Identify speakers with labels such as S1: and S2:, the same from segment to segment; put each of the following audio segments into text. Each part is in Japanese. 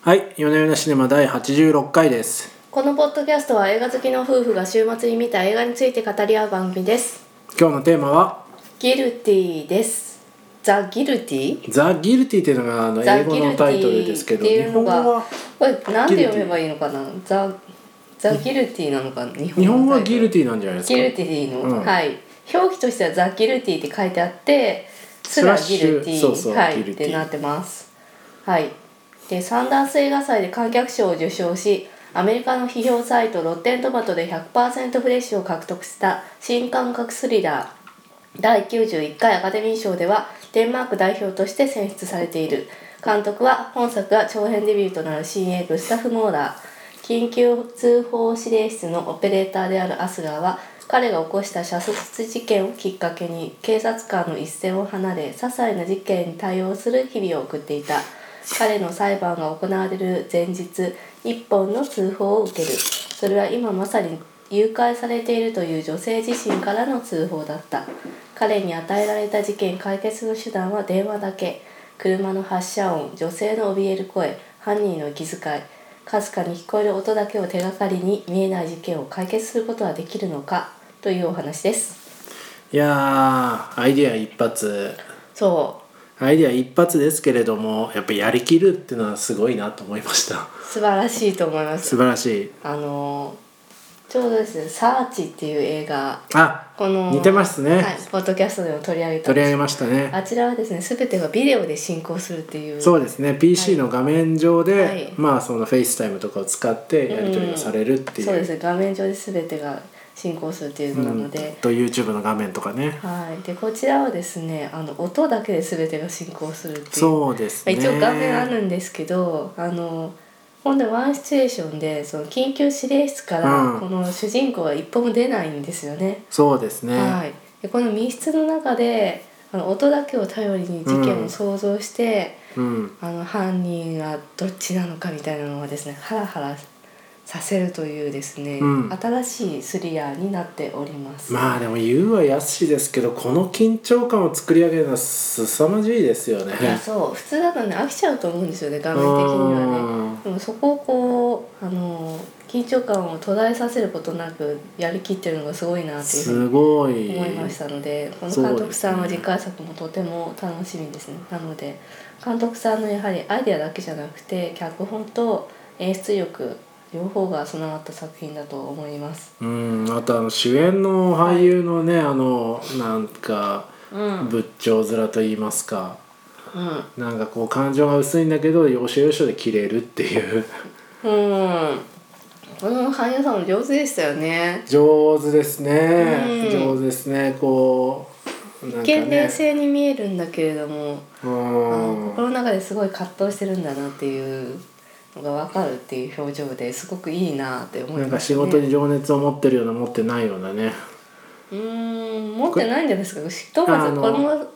S1: はい、夜な夜なシネマ第86回です。
S2: このポッドキャストは映画好きの夫婦が週末に見た映画について語り合う番組です
S1: 今日のテーマは
S2: ギルティですザ・ギルティ
S1: ザ・ギルティっていうのがあの
S2: ザ・
S1: 英語
S2: ギル
S1: の
S2: テ
S1: タイトル
S2: ィ
S1: ですけ
S2: っ
S1: ど、
S2: て
S1: 日
S2: いうの
S1: 本語
S2: が
S1: は
S2: これなん
S1: ギルティ
S2: で読めばいいのかなザ・ザ・ギルティなのかな日
S1: 日本語は
S2: のタイ
S1: ギ
S2: トル
S1: ルティなんじゃないです
S2: ギル
S1: か。
S2: ティの、
S1: うん
S2: はい表記としてはザ・ギルティって書いてあってスラギルティ
S1: そうそう
S2: はい
S1: ギル
S2: っ
S1: ティ
S2: てなってますはいでサンダース映画祭で観客賞を受賞しアメリカの批評サイトロッテントマトで100%フレッシュを獲得した新感覚スリラー第91回アカデミー賞ではデンマーク代表として選出されている監督は本作が長編デビューとなる新鋭グスタフ・モーラー緊急通報指令室のオペレーターであるアスガーは彼が起こした射殺事件をきっかけに警察官の一線を離れ些細な事件に対応する日々を送っていた彼の裁判が行われる前日一本の通報を受けるそれは今まさに誘拐されているという女性自身からの通報だった彼に与えられた事件解決の手段は電話だけ車の発車音女性の怯える声犯人の気遣いかすかに聞こえる音だけを手がかりに見えない事件を解決することはできるのかというお話です
S1: いやー、アイディア一発。
S2: そ
S1: アイディア一発ですけれども、やっぱやりきるっていうのはすごいなと思いました。
S2: う素晴らしいと思います
S1: 素晴らしい。
S2: あのーちょうどですね「サーチ」っていう映画
S1: あ、
S2: この
S1: 似てますね
S2: はい、ポッドキャストでも取り上げた
S1: 取
S2: んで
S1: り
S2: す
S1: 上げましたね。
S2: あちらはですね全てがビデオで進行するっていう
S1: そうですね PC の画面上で、
S2: はい
S1: まあそのフェイスタイムとかを使ってやり取りがされるっていう,、
S2: そうですね画面上で全てが進行するっていうのなので、
S1: と YouTube の画面とかね
S2: はいでこちらはですねあの音だけで全てが進行するっていう
S1: そうですね
S2: 一応画面あるんですけどあのほんでワンシチュエーションでその緊急指令室か
S1: うん
S2: らこの主人公は一歩も出ないんですよね。
S1: そうですね、
S2: はい、でこの密室の中であの音だけを頼りに事件を想像して、
S1: うん
S2: あの犯人がどっちなのかみたいなのはですねハラハラさせるというですね、
S1: うん
S2: 新しいスリアーになっております。
S1: まあでも言うはやすしですけどこの緊張感を作り上げるのは凄まじいですよね
S2: いやそう普通だとね飽きちゃうと思うんですよね画面的にはね。でもそこをこうあの緊張感を途絶えさせることなくやりきってるのがすごいな
S1: うん
S2: っていうふう
S1: すごい
S2: に思いましたのでこの
S1: そうですね
S2: 監督さんは次回作もとても楽しみですねなので監督さんのやはりアイデアだけじゃなくて脚本と演出力両方が備わった作品だと思います。
S1: うんあとあの主演の俳優のね、あのなんか
S2: うん、
S1: 仏頂面と言いますか
S2: うん
S1: なんかこう感情が薄いんだけど要所要所で切れるっていう
S2: うんこの俳優さんも上手でしたよね。
S1: 上手ですね、
S2: うん
S1: 上手ですねこうなんか
S2: 一見冷
S1: ね
S2: 静に見えるんだけれども、
S1: う
S2: あの
S1: ん
S2: 心の中ですごい葛藤してるんだなっていうのが分かるっていう表情ですごくいいなって思い
S1: なん
S2: ま
S1: か
S2: した
S1: 仕
S2: ね。
S1: 事に情熱を持ってるような持ってないようなね
S2: うーん持ってないんじゃないですか。ひとま
S1: あ
S2: ず
S1: の
S2: この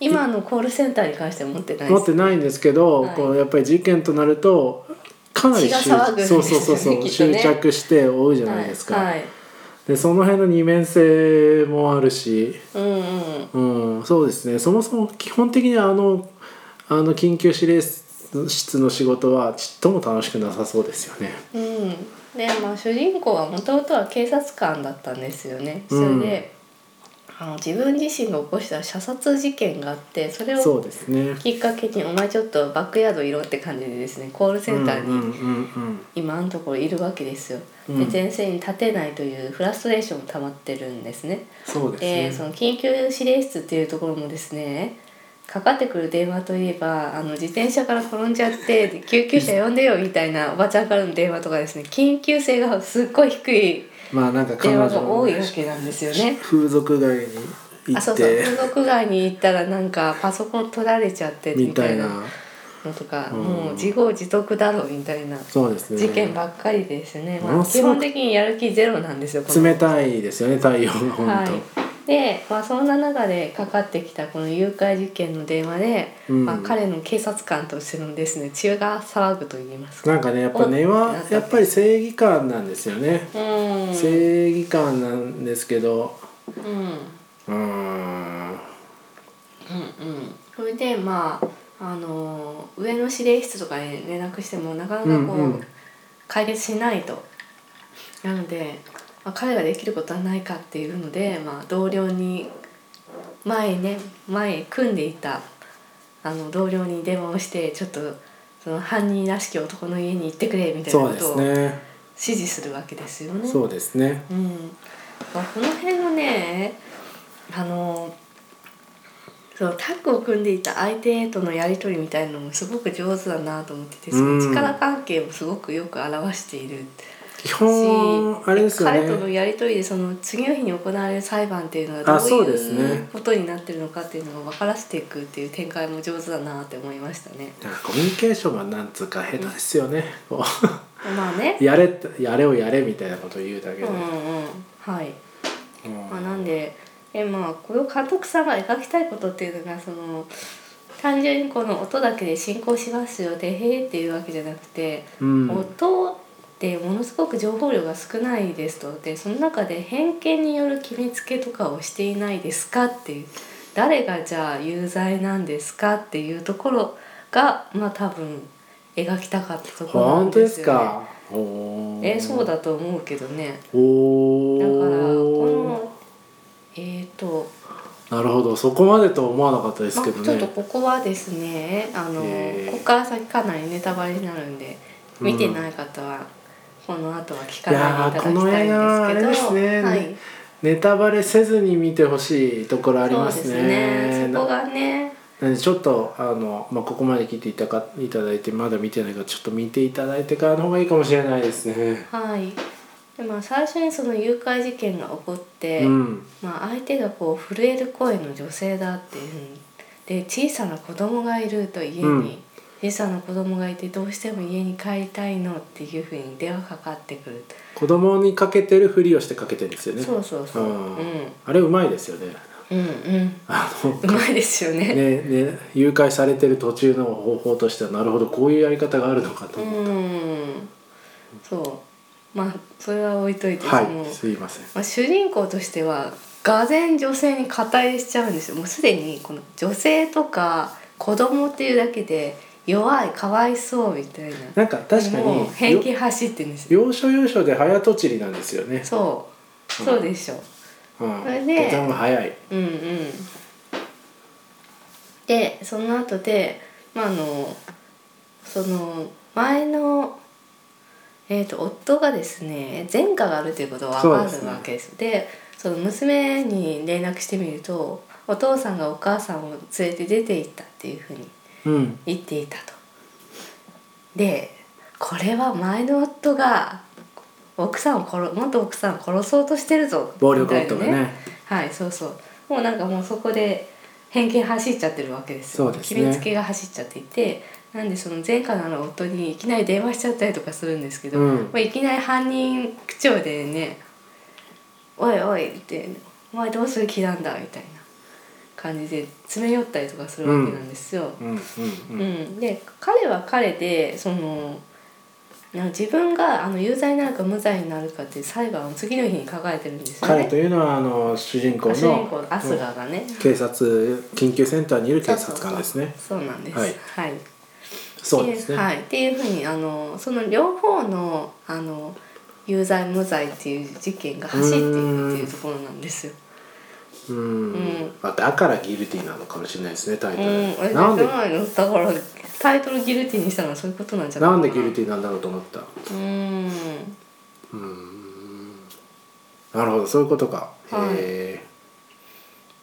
S2: 今のコールセンターに関しては持ってない
S1: 持
S2: で
S1: っ
S2: す。
S1: てないんですけど、
S2: はい
S1: こうやっぱり事件となるとかなり
S2: 血が騒ぐんです
S1: そ
S2: よ
S1: う
S2: ね
S1: そうそうそう、
S2: きっと
S1: 執
S2: ね
S1: 着して追うじゃないですか、
S2: はい。はい
S1: でその辺の二面性もあるし、
S2: うんうん。
S1: うん、そうですねそもそも基本的にあのあの緊急指令室の仕事はちっとも楽しくなさそうですよね。
S2: うん、でまあ主人公はもともとは警察官だったんですよね。それで、あの自分自身が起こした射殺事件があってそれ
S1: そ
S2: を
S1: うですね
S2: きっかけに「お前ちょっとバックヤードいろ」って感じでですねコールセンター
S1: うんうん
S2: に
S1: うん
S2: 今のところいるわけですよ。
S1: う
S2: で
S1: ん
S2: 前線に立てないというフラストレーションも溜まってるんですね。
S1: そうですね、
S2: でその緊急指令室っていうところもですねかかってくる電話といえばあの自転車から転んじゃってで救急車呼んでよみたいなおばちゃんからの電話とかですね緊急性がすっごい低い
S1: まあなんか彼
S2: 電
S1: 女
S2: 話が
S1: も
S2: 多いわけなんですよね。
S1: 風俗街に行
S2: あそ
S1: っ
S2: うそう
S1: て
S2: 風俗街に行ったらなんかパソコン取られちゃって
S1: み
S2: み
S1: た
S2: た
S1: い
S2: いな
S1: な
S2: のとか、
S1: うん
S2: もう自業自得だろみたいな
S1: そうですね
S2: 事件ばっかりですね、
S1: も
S2: ま
S1: の
S2: あ、
S1: す
S2: 基
S1: ごく
S2: 本的にやる気ゼロなんですよこの
S1: 冷たいですよね太陽が本当、
S2: はい、で、まあ、そんな中でかかってきたこの誘拐事件の電話で、
S1: うん
S2: まあ、彼の警察官としてのですね血が騒ぐと言いますか。
S1: なんかねやっぱ根は
S2: お
S1: やっぱり正義感なんですよね、
S2: うん、うん、
S1: 正義感なんですけどうーん
S2: うんうんそれでまああの上の指令室とかに連絡してもなかなかこう、
S1: うんうん
S2: 解決しないとなので、まあ、彼ができることはないかっていうので、まあ、同僚に前ね前組んでいたあの同僚に電話をしてちょっとその犯人らしき男の家に行ってくれみたいな
S1: そう
S2: こ
S1: で
S2: と
S1: す
S2: を指
S1: ね
S2: 示するわけですよね。
S1: そうですね
S2: うんまあ、この辺はねあのそのタッグを組んでいた相手とのやり取りみたいなのもすごく上手だなと思っててその力関係もすごくよく表している
S1: 基
S2: し、
S1: 本あれですよ
S2: 彼との
S1: ね
S2: やり取りでその次の日に行われる裁判っていうの
S1: あ
S2: はど
S1: そうう
S2: い
S1: です
S2: う
S1: ね
S2: ことになってるのかっていうのを分からせていくっていう展開も上手だなって思いましたね。
S1: なんかコミュニケーションがなんつうか下手ですよね、こ
S2: まあね
S1: うやれってやれをやれみたいなことを言うだけで、
S2: うんうんはい
S1: うん
S2: まあ、なんでえまあこれを監督さんが描きたいことっていうのがその単純にこの音だけで進行しますよでへーっていうわけじゃなくて、
S1: うん
S2: 音ってものすごく情報量が少ないですとでその中で偏見による決めつけとかをしていないですかっていう誰がじゃあ有罪なんですかっていうところがまあ多分描きたかったところな
S1: 本
S2: ん
S1: 当
S2: で
S1: ですす
S2: よね。
S1: かおー
S2: えそうだと思うけどね。
S1: お
S2: だから
S1: ー
S2: このえっ、と、
S1: なるほどそこまでとは思わなかったです
S2: まあ、
S1: けど
S2: ちょっと
S1: ね
S2: ここはですねあの
S1: えー
S2: ここから先かなりネタバレになるんで
S1: うん
S2: 見てない方はこの後は聞か
S1: い
S2: ない
S1: やー
S2: でいただ
S1: こ
S2: き
S1: の
S2: たい
S1: 映画はあ
S2: ん
S1: れ
S2: で
S1: ですす
S2: けど
S1: ね、
S2: はい、
S1: ネタバレせずに見てほしいところあり
S2: そう
S1: ま
S2: ですす
S1: ね
S2: ねそこがね
S1: なんでちょっとあの、まあ、ここまで聞いていたかいただいてまだ見てないからちょっと見ていただいてからの方がいいかもしれないですね。
S2: はいでまあ最初にその誘拐事件が起こって、
S1: うん、
S2: まあ、相手がこう震える声の女性だっていうふうにで小さな子供がいると家に、
S1: うん
S2: 小さな子供がいてどうしても家に帰りたいのっていうふうに電話かかってくる、
S1: 子供にかけてるふりをしてかけてるんですよね。
S2: そうそうそう、うん
S1: ん、あれうまいですよね。
S2: うんうん
S1: あの
S2: うまいですよ
S1: ね
S2: ね
S1: ね誘拐されてる途中の方法としてはなるほどこういうやり方があるのかと
S2: う
S1: 思って、
S2: んそうまあそれは置いといて、その
S1: はいすいません。
S2: まあ、主人公としては俄然女性に肩入れしちゃうんですよもうすでにこの女性とか子供っていうだけで弱いかわいそうみたいな
S1: なんか確か
S2: もう
S1: に
S2: 平
S1: よ
S2: 気走ってんですよ
S1: 要所要所で早とちりなんですよね。
S2: そうそうでしょ
S1: うん、
S2: それで
S1: ボタンが早い。
S2: うんうんでその後でまああのその前のえー、と夫がですね前科があるということは分か
S1: そうです
S2: る
S1: ね
S2: わけですでその娘に連絡してみるとお父さんがお母さんを連れて出て行ったっていうふうに
S1: うん、
S2: 言っていたと。でこれは前の夫が奥さんを殺元奥さんを殺そうとしてるぞ
S1: 暴力夫が
S2: みたいな
S1: ね。
S2: はいそうそうもうなんかもうそこで偏見走っちゃってるわけですよ
S1: そうですね
S2: 決めつけが走っちゃっていてなんでその前科のある夫にいきなり電話しちゃったりとかするんですけど、
S1: うん
S2: もういきなり犯人口調でね「おいおい」って「お前どうする気なんだ」みたいな感じで詰め寄ったりとかするわけなんですよ。
S1: うん、う
S2: うん
S1: ん、うん。
S2: で彼は彼でそのなんか自分があの有罪になるか無罪になるかっていう裁判を次の日に抱えてるんですよね。
S1: 彼というのはあの主人公の
S2: 主人公のアスガーがね、
S1: 警察緊急センターにいる警察官ですね。
S2: そうそうそうそうなんです
S1: はい
S2: はい、
S1: そうですね。
S2: はい、っていうふうにあのその両方のあの有罪無罪っていう事件が走っていくっていうところなんですよ。
S1: うん、
S2: うん
S1: まあだからギルティなのかもしれないですねタイ
S2: う
S1: ト
S2: ん、
S1: ル。
S2: あれじ
S1: なん
S2: ゃ
S1: で
S2: ないのだからタイトルギルティにしたのはそういうことなんじゃないか
S1: なんでギル
S2: ィ
S1: ティなんだろうと思った。
S2: うん
S1: うん。なるほどそういうことか。
S2: はい
S1: へ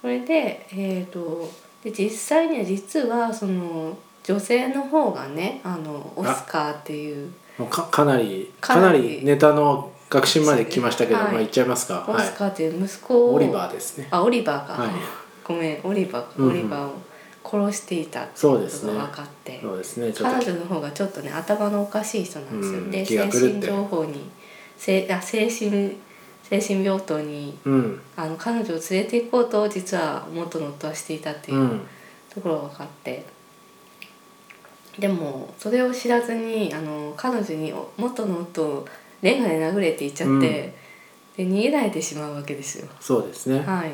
S2: それで,、えー、とで実際には実はその女性の方がねあのオスカーっていう
S1: ーもうかかなり
S2: か
S1: か
S2: な
S1: な
S2: り
S1: りネタの学習まで来ましたけど、
S2: は
S1: ま
S2: い
S1: あ言っちゃいますか。
S2: オ
S1: はい
S2: ス。カーっていう息子を、
S1: オリバーですね。
S2: あオリバーか、
S1: はい
S2: ごめんオリバーか、
S1: うんうん
S2: オリバーを殺していたってい
S1: そう
S2: う
S1: で
S2: こ
S1: す
S2: と
S1: ね
S2: が分かって、
S1: そうですねちょっ
S2: 彼
S1: と
S2: 女の方がちょっとね頭のおかしい人なんですよ、
S1: うん
S2: で
S1: 気が
S2: 精
S1: 狂って
S2: 神情報にせあ精神精神病棟に
S1: うん
S2: あの彼女を連れて行こうと実は元の夫はしていたっていううんところが分かって、でもそれを知らずにあの彼女にお元の夫をレンガで殴れって言っちゃって、
S1: うん
S2: で逃げられてしまうわけですよ。
S1: そうですね。
S2: はい、っ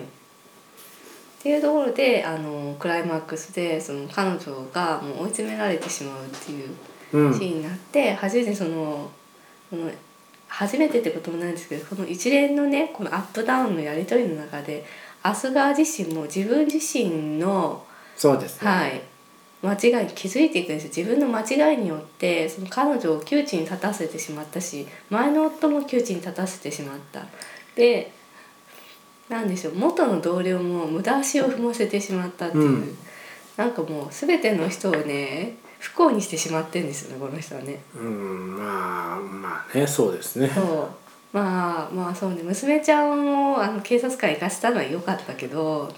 S2: ていうところであのクライマックスでその彼女がもう追い詰められてしまうっていう
S1: うん
S2: シーンになって、初めてそのこの初めてってこともないんですけどこの一連のねこのアップダウンのやり取りの中でアスガー自身も自分自身の、
S1: そうですね、
S2: はい、間違いに気づいていくんですよ自分の間違いによってその彼女を窮地に立たせてしまったし前の夫も窮地に立たせてしまった。でなんでしょう元の同僚も無駄足を踏ませてしまったっていう、
S1: うん
S2: なんかもう全ての人をね不幸にしてしまってんですよねこの人はね。
S1: うんまあまあねそうですね
S2: そうまあまあそうね娘ちゃんをあの警察官行かせたのは良かったけ ど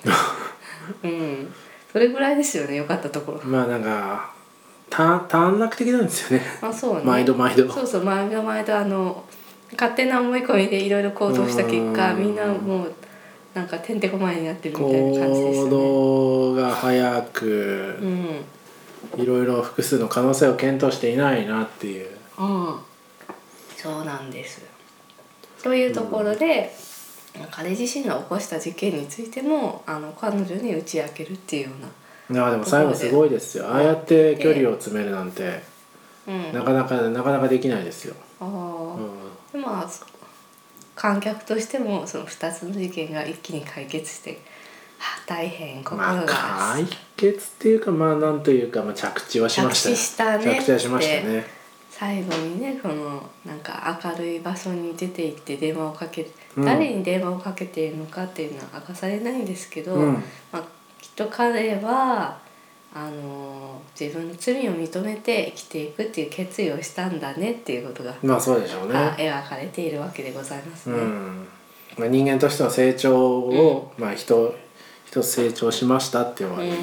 S2: うんそれぐらいですよね良かったところ
S1: まあなんかた短絡的なんですよね
S2: まあそうね
S1: 毎度毎度
S2: そうそう毎度毎度あの勝手な思い込みでいろいろ行動した結果
S1: うん
S2: みんなもうなんかてんてこまいになってるみたいな感じです
S1: 行
S2: よね
S1: 動が早く
S2: う、ん
S1: いろいろ複数の可能性を検討していないなっていう
S2: うん、そうなんですというところで、彼自身が起こした事件についてもあの彼女に打ち明けるっていうよ
S1: いやでも最後すごいですよああやって距離を詰めるなんて
S2: うな、うん、
S1: な
S2: あ
S1: かなかなかなかできないですよ、
S2: あ
S1: う
S2: ー、
S1: ん
S2: でまあそ観客としてもその2つの事件が一気に解決してはあ大変心
S1: まあ
S2: が
S1: 解決っていうかまあなんというか、まあ、着地はしましたよ
S2: 着地したね
S1: 着地はしましたね
S2: 最後にねこのなんか明るい場所に出て行って電話をかける、
S1: うん
S2: 誰に電話をかけているのかっていうのは明かされないんですけど、
S1: うん
S2: まあ、きっと彼はあの自分の罪を認めて生きていくっていう決意をしたんだねっていうことが、
S1: まあそうでしょうね
S2: あ描かれているわけでございます
S1: う
S2: ね。
S1: ん、まあ、人間としての成長を、まあ人人成長しましたっていうの
S2: う
S1: は
S2: んうん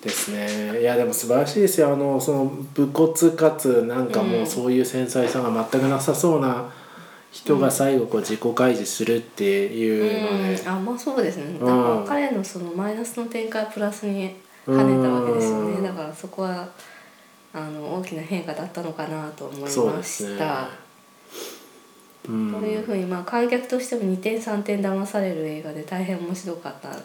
S1: ですねいやでも素晴らしいですよあのその武骨かつなんかもうそういう繊細さが全くなさそうな人が最後こう自己開示するっていうので、
S2: うん、あまあそうですね
S1: う
S2: だ
S1: ん
S2: から彼のそのマイナスの展開をプラスに跳ねたわけですよ
S1: う
S2: ね
S1: ん
S2: だからそこはあの大きな変化だったのかなと思いま
S1: そうで
S2: し
S1: すね
S2: た。
S1: うん
S2: というふうに、まあ、観客としても2点3点騙される映画で大変面白かったで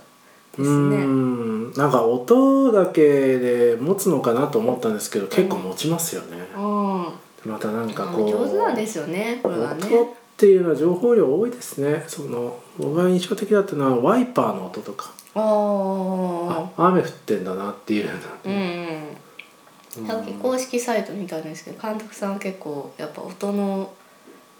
S2: す
S1: う
S2: ね。
S1: んなんか音だけで持つのかなと思ったんですけど結構持ちますよね、
S2: あ
S1: またなんか
S2: あ
S1: こう
S2: 上手なんですよねこれはね。
S1: 音っていうのは情報量多いですねその僕が印象的だったのはワイパーの音とか、
S2: ああ
S1: あ雨降ってんだなっていうよ
S2: う
S1: うな、
S2: ん
S1: う
S2: うんん、さっき公式サイト見たんですけど監督さんは結構やっぱ音の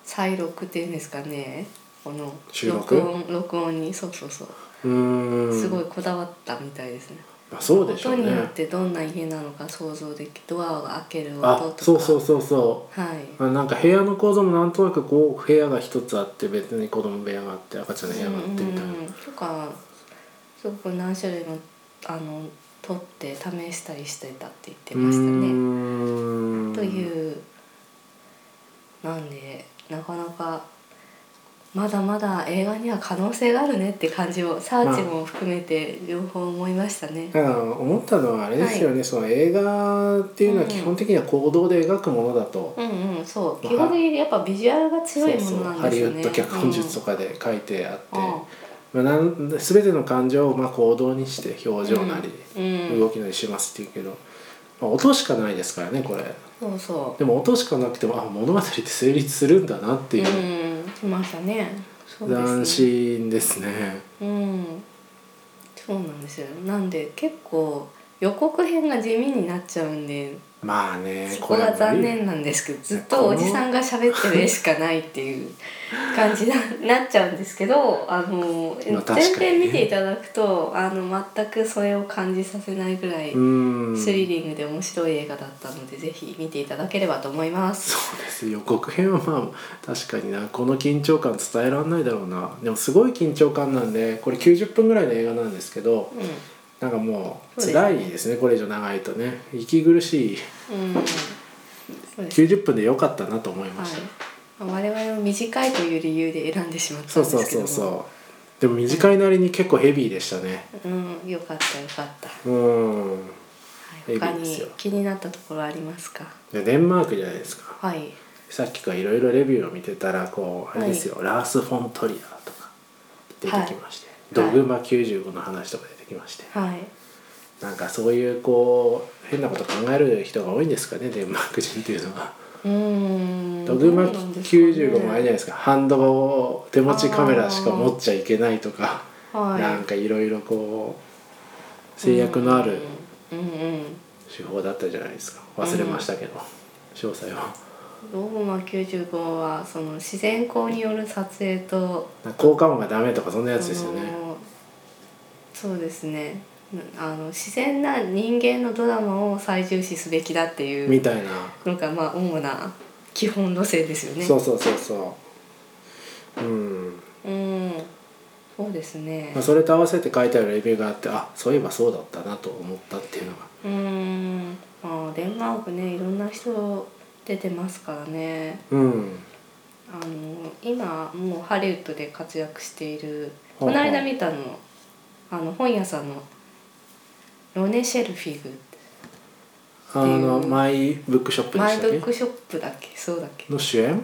S2: 再録っていうんですかねこの
S1: 収録
S2: 録音録音にそうそうそう
S1: ーん
S2: うすごいこだわったみたいですね、
S1: まあ、そうでしょ
S2: 音
S1: う
S2: によ
S1: ね
S2: ってどんな家なのか想像できドアを開ける音と
S1: あ
S2: か
S1: そうそうそうそ
S2: はい、
S1: うあなんか部屋の構造もなんとなくこう部屋が一つあって別に子供部屋があって赤ちゃんの部屋があってみたいな、
S2: うんうんうんとかすごく何種類もあの撮って試したりしてたって言ってましたね。
S1: ね
S2: というなんでなかなかまだまだ映画には可能性があるねって感じをサーチも含めて両方思いましたね。
S1: だから思ったのはあれですよね、その映画っていうのは基本的には行動で描くものだと、
S2: うんうん、そう
S1: まあ
S2: 基本的にやっぱビジュアルが強いも
S1: そうそう
S2: のな
S1: ハ
S2: ん
S1: リ
S2: です
S1: ウ
S2: よ
S1: ッ
S2: ね。
S1: ド脚本術と
S2: か
S1: かで書いてあって、まあ、なん全ての感情をまあ行動にして表情なり、
S2: うん、う
S1: 動
S2: ん、
S1: きなりしますっていうけど、まあ、音しかないですからねこれ
S2: そうそ
S1: でも音しかなくてもあ物語って成立するんだなって
S2: う。う、
S1: いうん
S2: しましたね。そうですね
S1: 斬新ですね
S2: うん、そうなんですよなんで結構予告編が地味になっちゃうんで
S1: まあね
S2: そこが残
S1: こ
S2: 念なんですけどずっ
S1: ことれ
S2: お
S1: も
S2: じさんが喋ってる絵しかないっていう感じにななっちゃうんですけどあの
S1: まあ確かにね
S2: 全編見ていただくとあの全くそれを感じさせないぐらい
S1: れもうん
S2: スリリングで面白い映画だったのでぜひ見ていただければと思います。
S1: そうです予告編はまあ確かになこの緊張感伝えられないだろうなでもすごい緊張感なんでこれ90分ぐらいの映画なんですけど
S2: うん
S1: なんかもう
S2: そうですね
S1: 辛いですねこれ以上長いとね息苦しい
S2: うんそうですね
S1: 90分で良かったなと思いました、
S2: はい、我々も短いという理由で選んでしまった
S1: そ
S2: ん
S1: う
S2: で
S1: そ
S2: す
S1: う
S2: け
S1: そ
S2: ども
S1: うそうでも短いなりに結構ヘビーでしたね
S2: うん、よかったよかった、は
S1: うん
S2: い、他
S1: いいです
S2: に
S1: よ
S2: 気になったところありますか
S1: でデンマークじゃないですか
S2: はい
S1: さっきからいろいろレビューを見てたらこうあれですよ、ラース・フォントリアーとか出てきまして、
S2: はい
S1: ドグマ95の話とか出てききまして
S2: はい
S1: なんかそういうこう変なこと考える人が多いんですかねデンマーク人っていうのは。
S2: うーん
S1: ドグマ
S2: どうなんですかね
S1: 95もあれじゃないですかハンドを手持ちカメラしか持っちゃいけないとか、
S2: はい
S1: なんかいろいろこう制約のある
S2: うんうんうん
S1: 手法だったじゃないですか忘れましたけど、詳細は
S2: ローマ95はその自然光による撮影と
S1: なんか効果音がダメとかそんなやつです
S2: そ
S1: よね
S2: のそうですねあの自然な人間のドラマを最重視すべきだっていう
S1: みたいな、
S2: のがまあ主な基本路線ですよね。
S1: そうそうそうそううん、
S2: うん、そうですね
S1: まあ、。それと合わせて書いてあるレビューがあってあそういえばそうだったなと思ったっていうのが
S2: うん、まあデンマークねいろんな人出てますからね。
S1: うん
S2: あの今もうハリウッドで活躍している
S1: ほうほう
S2: この間見たのあの本屋さんのロネ・シェルフィグ
S1: あの
S2: っていう
S1: マイブックショップで
S2: マ
S1: し
S2: イ
S1: た
S2: ブ
S1: っ
S2: ックショップだっけそうだっけ
S1: けの主演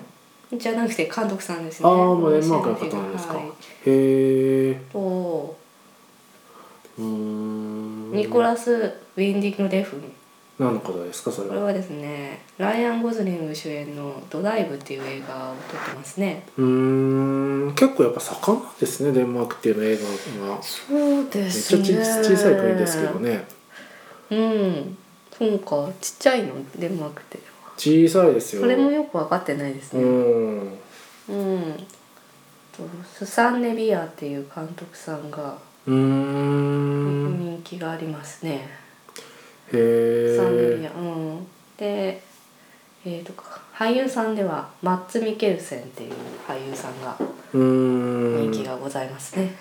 S2: じゃなくて監督さんですね
S1: ああもうデンマーク
S2: ロ
S1: の方なん
S2: ネシェルフィグ
S1: ですか、
S2: はい
S1: へえ
S2: と
S1: うーん
S2: ニコラス・ウィンディング・レフン
S1: 何のことですかそれ
S2: これ
S1: は
S2: はですねライアン・ゴズリング主演の「ドライブ」っていう映画を撮ってますね
S1: うーん結構やっぱ盛んなんですねデンマークっていうの映画が
S2: そうで
S1: めっちゃち小さい国ですけどね
S2: うんそうかちっちゃいのデンマークって
S1: 小さいですよ
S2: それもよく分かってないです
S1: う
S2: ね
S1: ん
S2: うん、とスサンネ・ビアっていう監督さんが
S1: うーん
S2: 人気がありますね、
S1: へ
S2: スサンネ・ビ
S1: え
S2: アうんでえー、とか俳優さんではマッツ・ミケルセンっていう俳優さんが
S1: うーん
S2: 人気がございますね、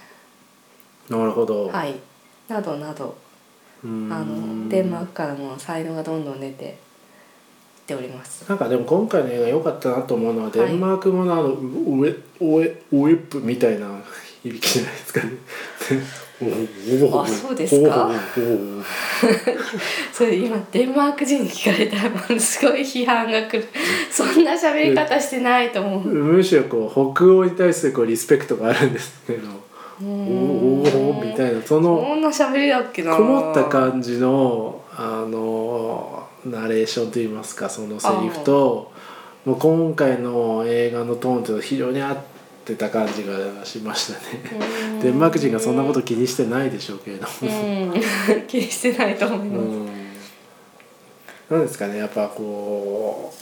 S1: なるほど、
S2: はいなどなど
S1: うーん
S2: あのデンマークからも才能がどんどん出ていってお ります
S1: なんかでも今回の映画良かったなと思うのは
S2: はい
S1: デンマーク語のあのウェウェウェップみたいな響きじゃないですかね。
S2: あそうですか
S1: おー
S2: それ今デンマーク人に聞かれたらものすごい批判が来るそんな喋り方してないと思う
S1: むしろこう北欧に対するこうリスペクトがあるんですけど、
S2: う
S1: お
S2: ーん
S1: ーおーみたいなその
S2: こんな喋りだっけな
S1: こもった感じのあのナレーションといいますかそのセリフともう今回の映画のトーンというのは非常に合ってた感じがしましたね。デンマーク人がそんなこと気にしてないでしょうけれども、
S2: うん気にしてないと思います、
S1: うんなんですかねやっぱこ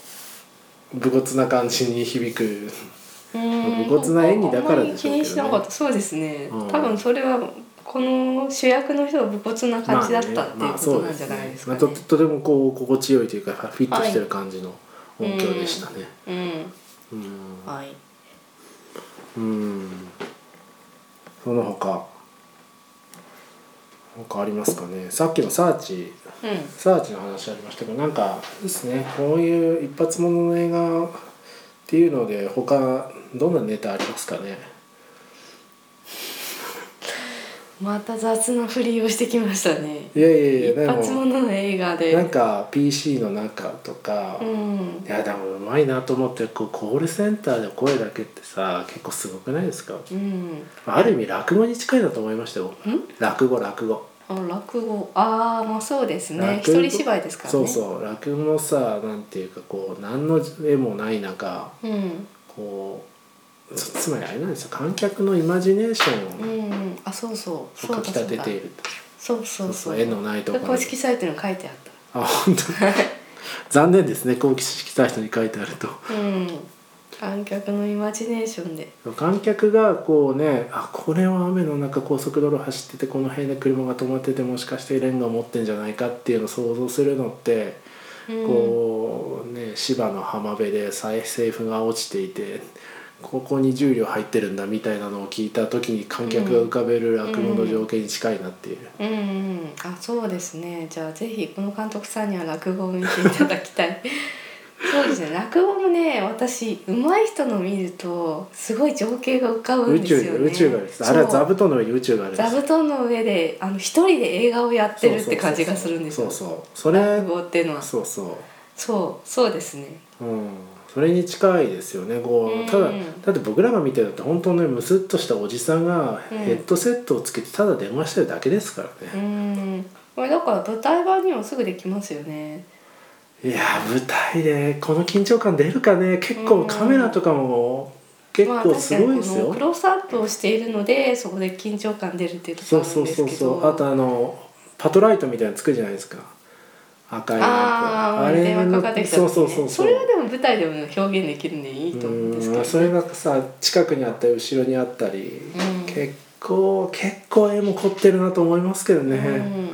S1: う武骨な感じに響く
S2: うん
S1: 露骨な演技だからでしょうけどね
S2: あんまり気にしなかったそうですね、
S1: うん
S2: 多分それはこの主役の人が武骨な感じだったっていうことなんじゃないですかね,、
S1: まあ、ととてもこう心地よいというかフィットしてる感じの音響でしたね、
S2: うんはい
S1: うんうんその他他ありますかねさっきのサーチ
S2: う
S1: サーチの話ありましたけどなんかですねこういう一発物の映画っていうので他どんなネタありますかね
S2: んまた雑なふりをしてきましたね
S1: いやいやいや
S2: 一
S1: で
S2: 発
S1: も
S2: 物の映画で
S1: なんか PC の中とか、
S2: う
S1: い
S2: ん
S1: やでもうまいなと思ってこうコールセンターで声だけってさ結構すごくないですか
S2: うん
S1: ある意味落語に近いなと思いましたよ落語落語
S2: あ落語ああまあそうですね
S1: 落
S2: 一
S1: 語
S2: 人芝居ですからね
S1: そうそう落語のさなんていうかこう何の絵もない中
S2: うん
S1: こうつつまりあれなんですよ観客のイマジネーションを
S2: う、んあそうそうそう
S1: か
S2: だ
S1: き
S2: そう
S1: 立て
S2: だ
S1: ていると
S2: そうそうそう
S1: 絵のないところに
S2: 公式サイトに書いてあっ
S1: あ本当残念ですね好奇心した人に書いてあると
S2: たうん観客のイマジネーションで
S1: 観客がこうねあこれは雨の中高速道路走っててこの辺で車が止まっててもしかしてレンガ持ってんじゃないかっていうのを想像するのって、
S2: うん
S1: こうね芝の浜辺で再生符が落ちていてここに重量入ってるんだみたいなのを聞いた時に観客が浮かべる落語の情景に近いなっていう、
S2: うんうんあそうですねじゃあぜひこの監督さんには落語を見ていただきたい そうですね落語もね私上手い人の見るとすごい情景が浮かぶん
S1: 宇
S2: で
S1: 宙
S2: すよね
S1: 宇宙があるんですあれは
S2: そう
S1: 座布団の上に宇宙があるんです
S2: 座
S1: よ
S2: 布団の上であの一人で映画をやってるって感じがするんですよ
S1: そうそうそうそうそれ
S2: 落語っていうのは
S1: そうそう
S2: そうそうですね
S1: うん、それに近いですよねこう、
S2: うん
S1: ただだって僕らが見てるのって本当にムスッとしたおじさんが
S2: うん
S1: ヘッドセットをつけてただ電話してるだけですから
S2: う
S1: ね、
S2: んこれだから舞台版にもすぐできますよね
S1: いやー舞台でこの緊張感出るかね結構カメラとかも結
S2: まあ
S1: 構すごいで
S2: 確
S1: す
S2: かにこ
S1: よ、
S2: のクロスアップをしているのでそこで緊張感出るっていうとこ
S1: そ
S2: ろ
S1: う
S2: なんですけ
S1: そ
S2: ど
S1: うそうそうあとあのパトライトみたいなのつくじゃないですか赤いライト
S2: あーあ電話かかってきた
S1: そ
S2: 時
S1: う
S2: ね
S1: そうそう
S2: それはでも舞台でも表現できるんでいいと思うんですけど
S1: う
S2: ね
S1: んそれがさ近くにあったり後ろにあったり、
S2: うん
S1: 結構結構絵も凝ってるなと思いますけどね、
S2: うん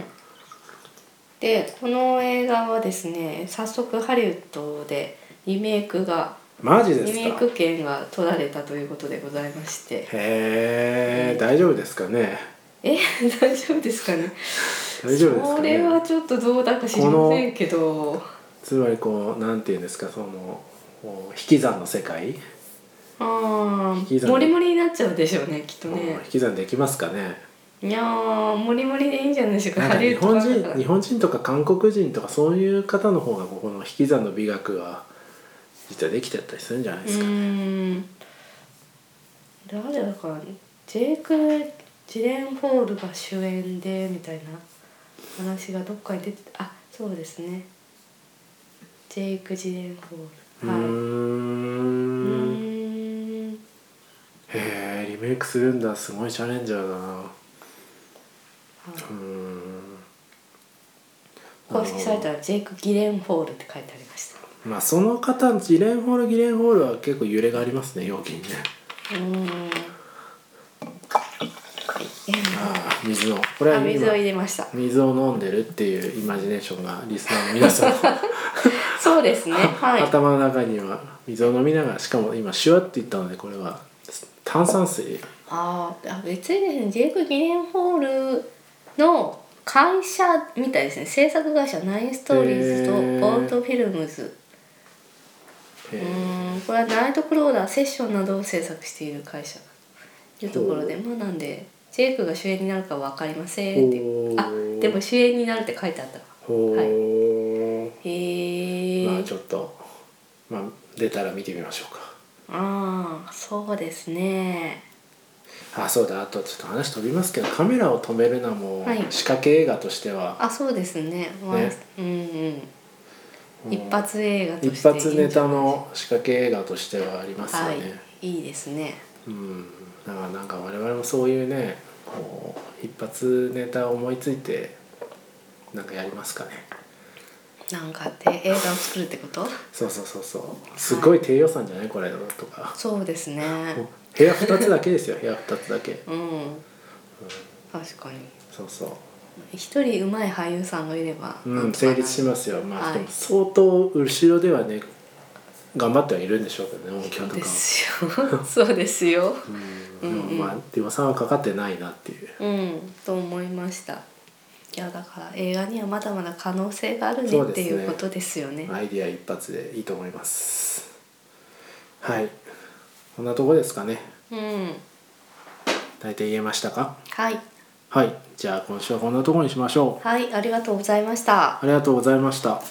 S2: でこの映画はですね早速ハリウッドでリメイクが
S1: マジで
S2: リ
S1: す
S2: メイ
S1: か
S2: ク権が取られたということでございまして
S1: へえ
S2: うん
S1: 大丈夫ですかね
S2: え 大丈夫ですかね
S1: 大丈夫です
S2: そ
S1: か
S2: れは
S1: ね
S2: ちょっとどうだか知りませんけど
S1: つまりこうなんていうんですかそのこう引き算の世界、
S2: ああ
S1: 引き算
S2: モリモリになっちゃうでしょうねきっとね
S1: もう引き算できますか ね
S2: いやーモリモリでいいんじゃないでしょうか
S1: なんか
S2: ハリ
S1: 日
S2: ウッド
S1: 本
S2: 版だか
S1: 人
S2: ら
S1: 日本人とか韓国人とかそういう方の方がここの引き算の美学が実はできてたりするんじゃないですか、
S2: うーん誰だかジェイク・ジレンホールが主演でみたいな話がどっかに出てあそうですねジェイク・ジレンホ
S1: うー
S2: ールはいうんーん
S1: へえリメイクするんだすごいチャレンジャーだな
S2: はいう
S1: ーん
S2: 公式サイトはジェイク・ギレンホールって書いてありました
S1: まあその方のギレンホールギレンホールは結構揺れがありますね容器にね
S2: うーんはい
S1: ああ水をこれ
S2: あ
S1: は
S2: 水
S1: 今
S2: を入れました
S1: 水を飲んでるっていうイマジネーションがリスナーの皆 さんの
S2: そうですねはい
S1: 頭の中には水を飲みながらしかも今シュワって言ったのでこれは炭酸水
S2: あーあ別にですねジェイク・ギレンホールの会社みたいですね制作会社ナインストーリーズと
S1: へー
S2: ボートフィルムズ
S1: へ
S2: う
S1: え
S2: ーんこれはナイトクローラーセッションなどを制作している会社というところでまあなんでジェイクが主演になるかは分かりませんって
S1: ほう
S2: あでも主演になるって書いてあったわ
S1: ほう、
S2: へ
S1: まあ
S2: え
S1: ちょっとまあ出たら見てみましょうか
S2: ああそうですね
S1: あそうだあとちょっと話飛びますけどカメラを止めるのも
S2: はい
S1: 仕掛け映画としては、
S2: あそうですねワンスうんうん一発映画として
S1: 一発ネタの仕掛け映画としてはありますよね、
S2: はい、いいですね。
S1: うんだからなんか我々もそういうねこう一発ネタを思いついてなんかやりますかね
S2: なんかで映画を作るってこと？
S1: そうそうそうそうすごい低予算じゃないこれとか
S2: そうですね。
S1: もう部屋2つだけですよ部屋2つだけ
S2: うん。確かに。
S1: そうそう
S2: 一人うまい俳優さんがいれば、
S1: うん、成立しますよ、まあ
S2: はい
S1: でも相当後ろではね頑張ってはいるんでしょうけどね音
S2: そ
S1: 響
S2: う
S1: と
S2: で
S1: か
S2: すよ。 そうですよ。
S1: うん
S2: うんうん
S1: でもまあでもさはかかってないなっていう、
S2: うん、と思いました。いやだから映画にはまだまだ可能性があるね
S1: そう
S2: っ
S1: です
S2: て
S1: ね
S2: いうことですよね。
S1: アイディア一発でいいと思いますはいこんなとこですかね
S2: うん。
S1: 大体言えましたか
S2: はい。
S1: はいじゃあ今週はこんなとこにしましょう
S2: はい、ありがとうございました。
S1: ありがとうございました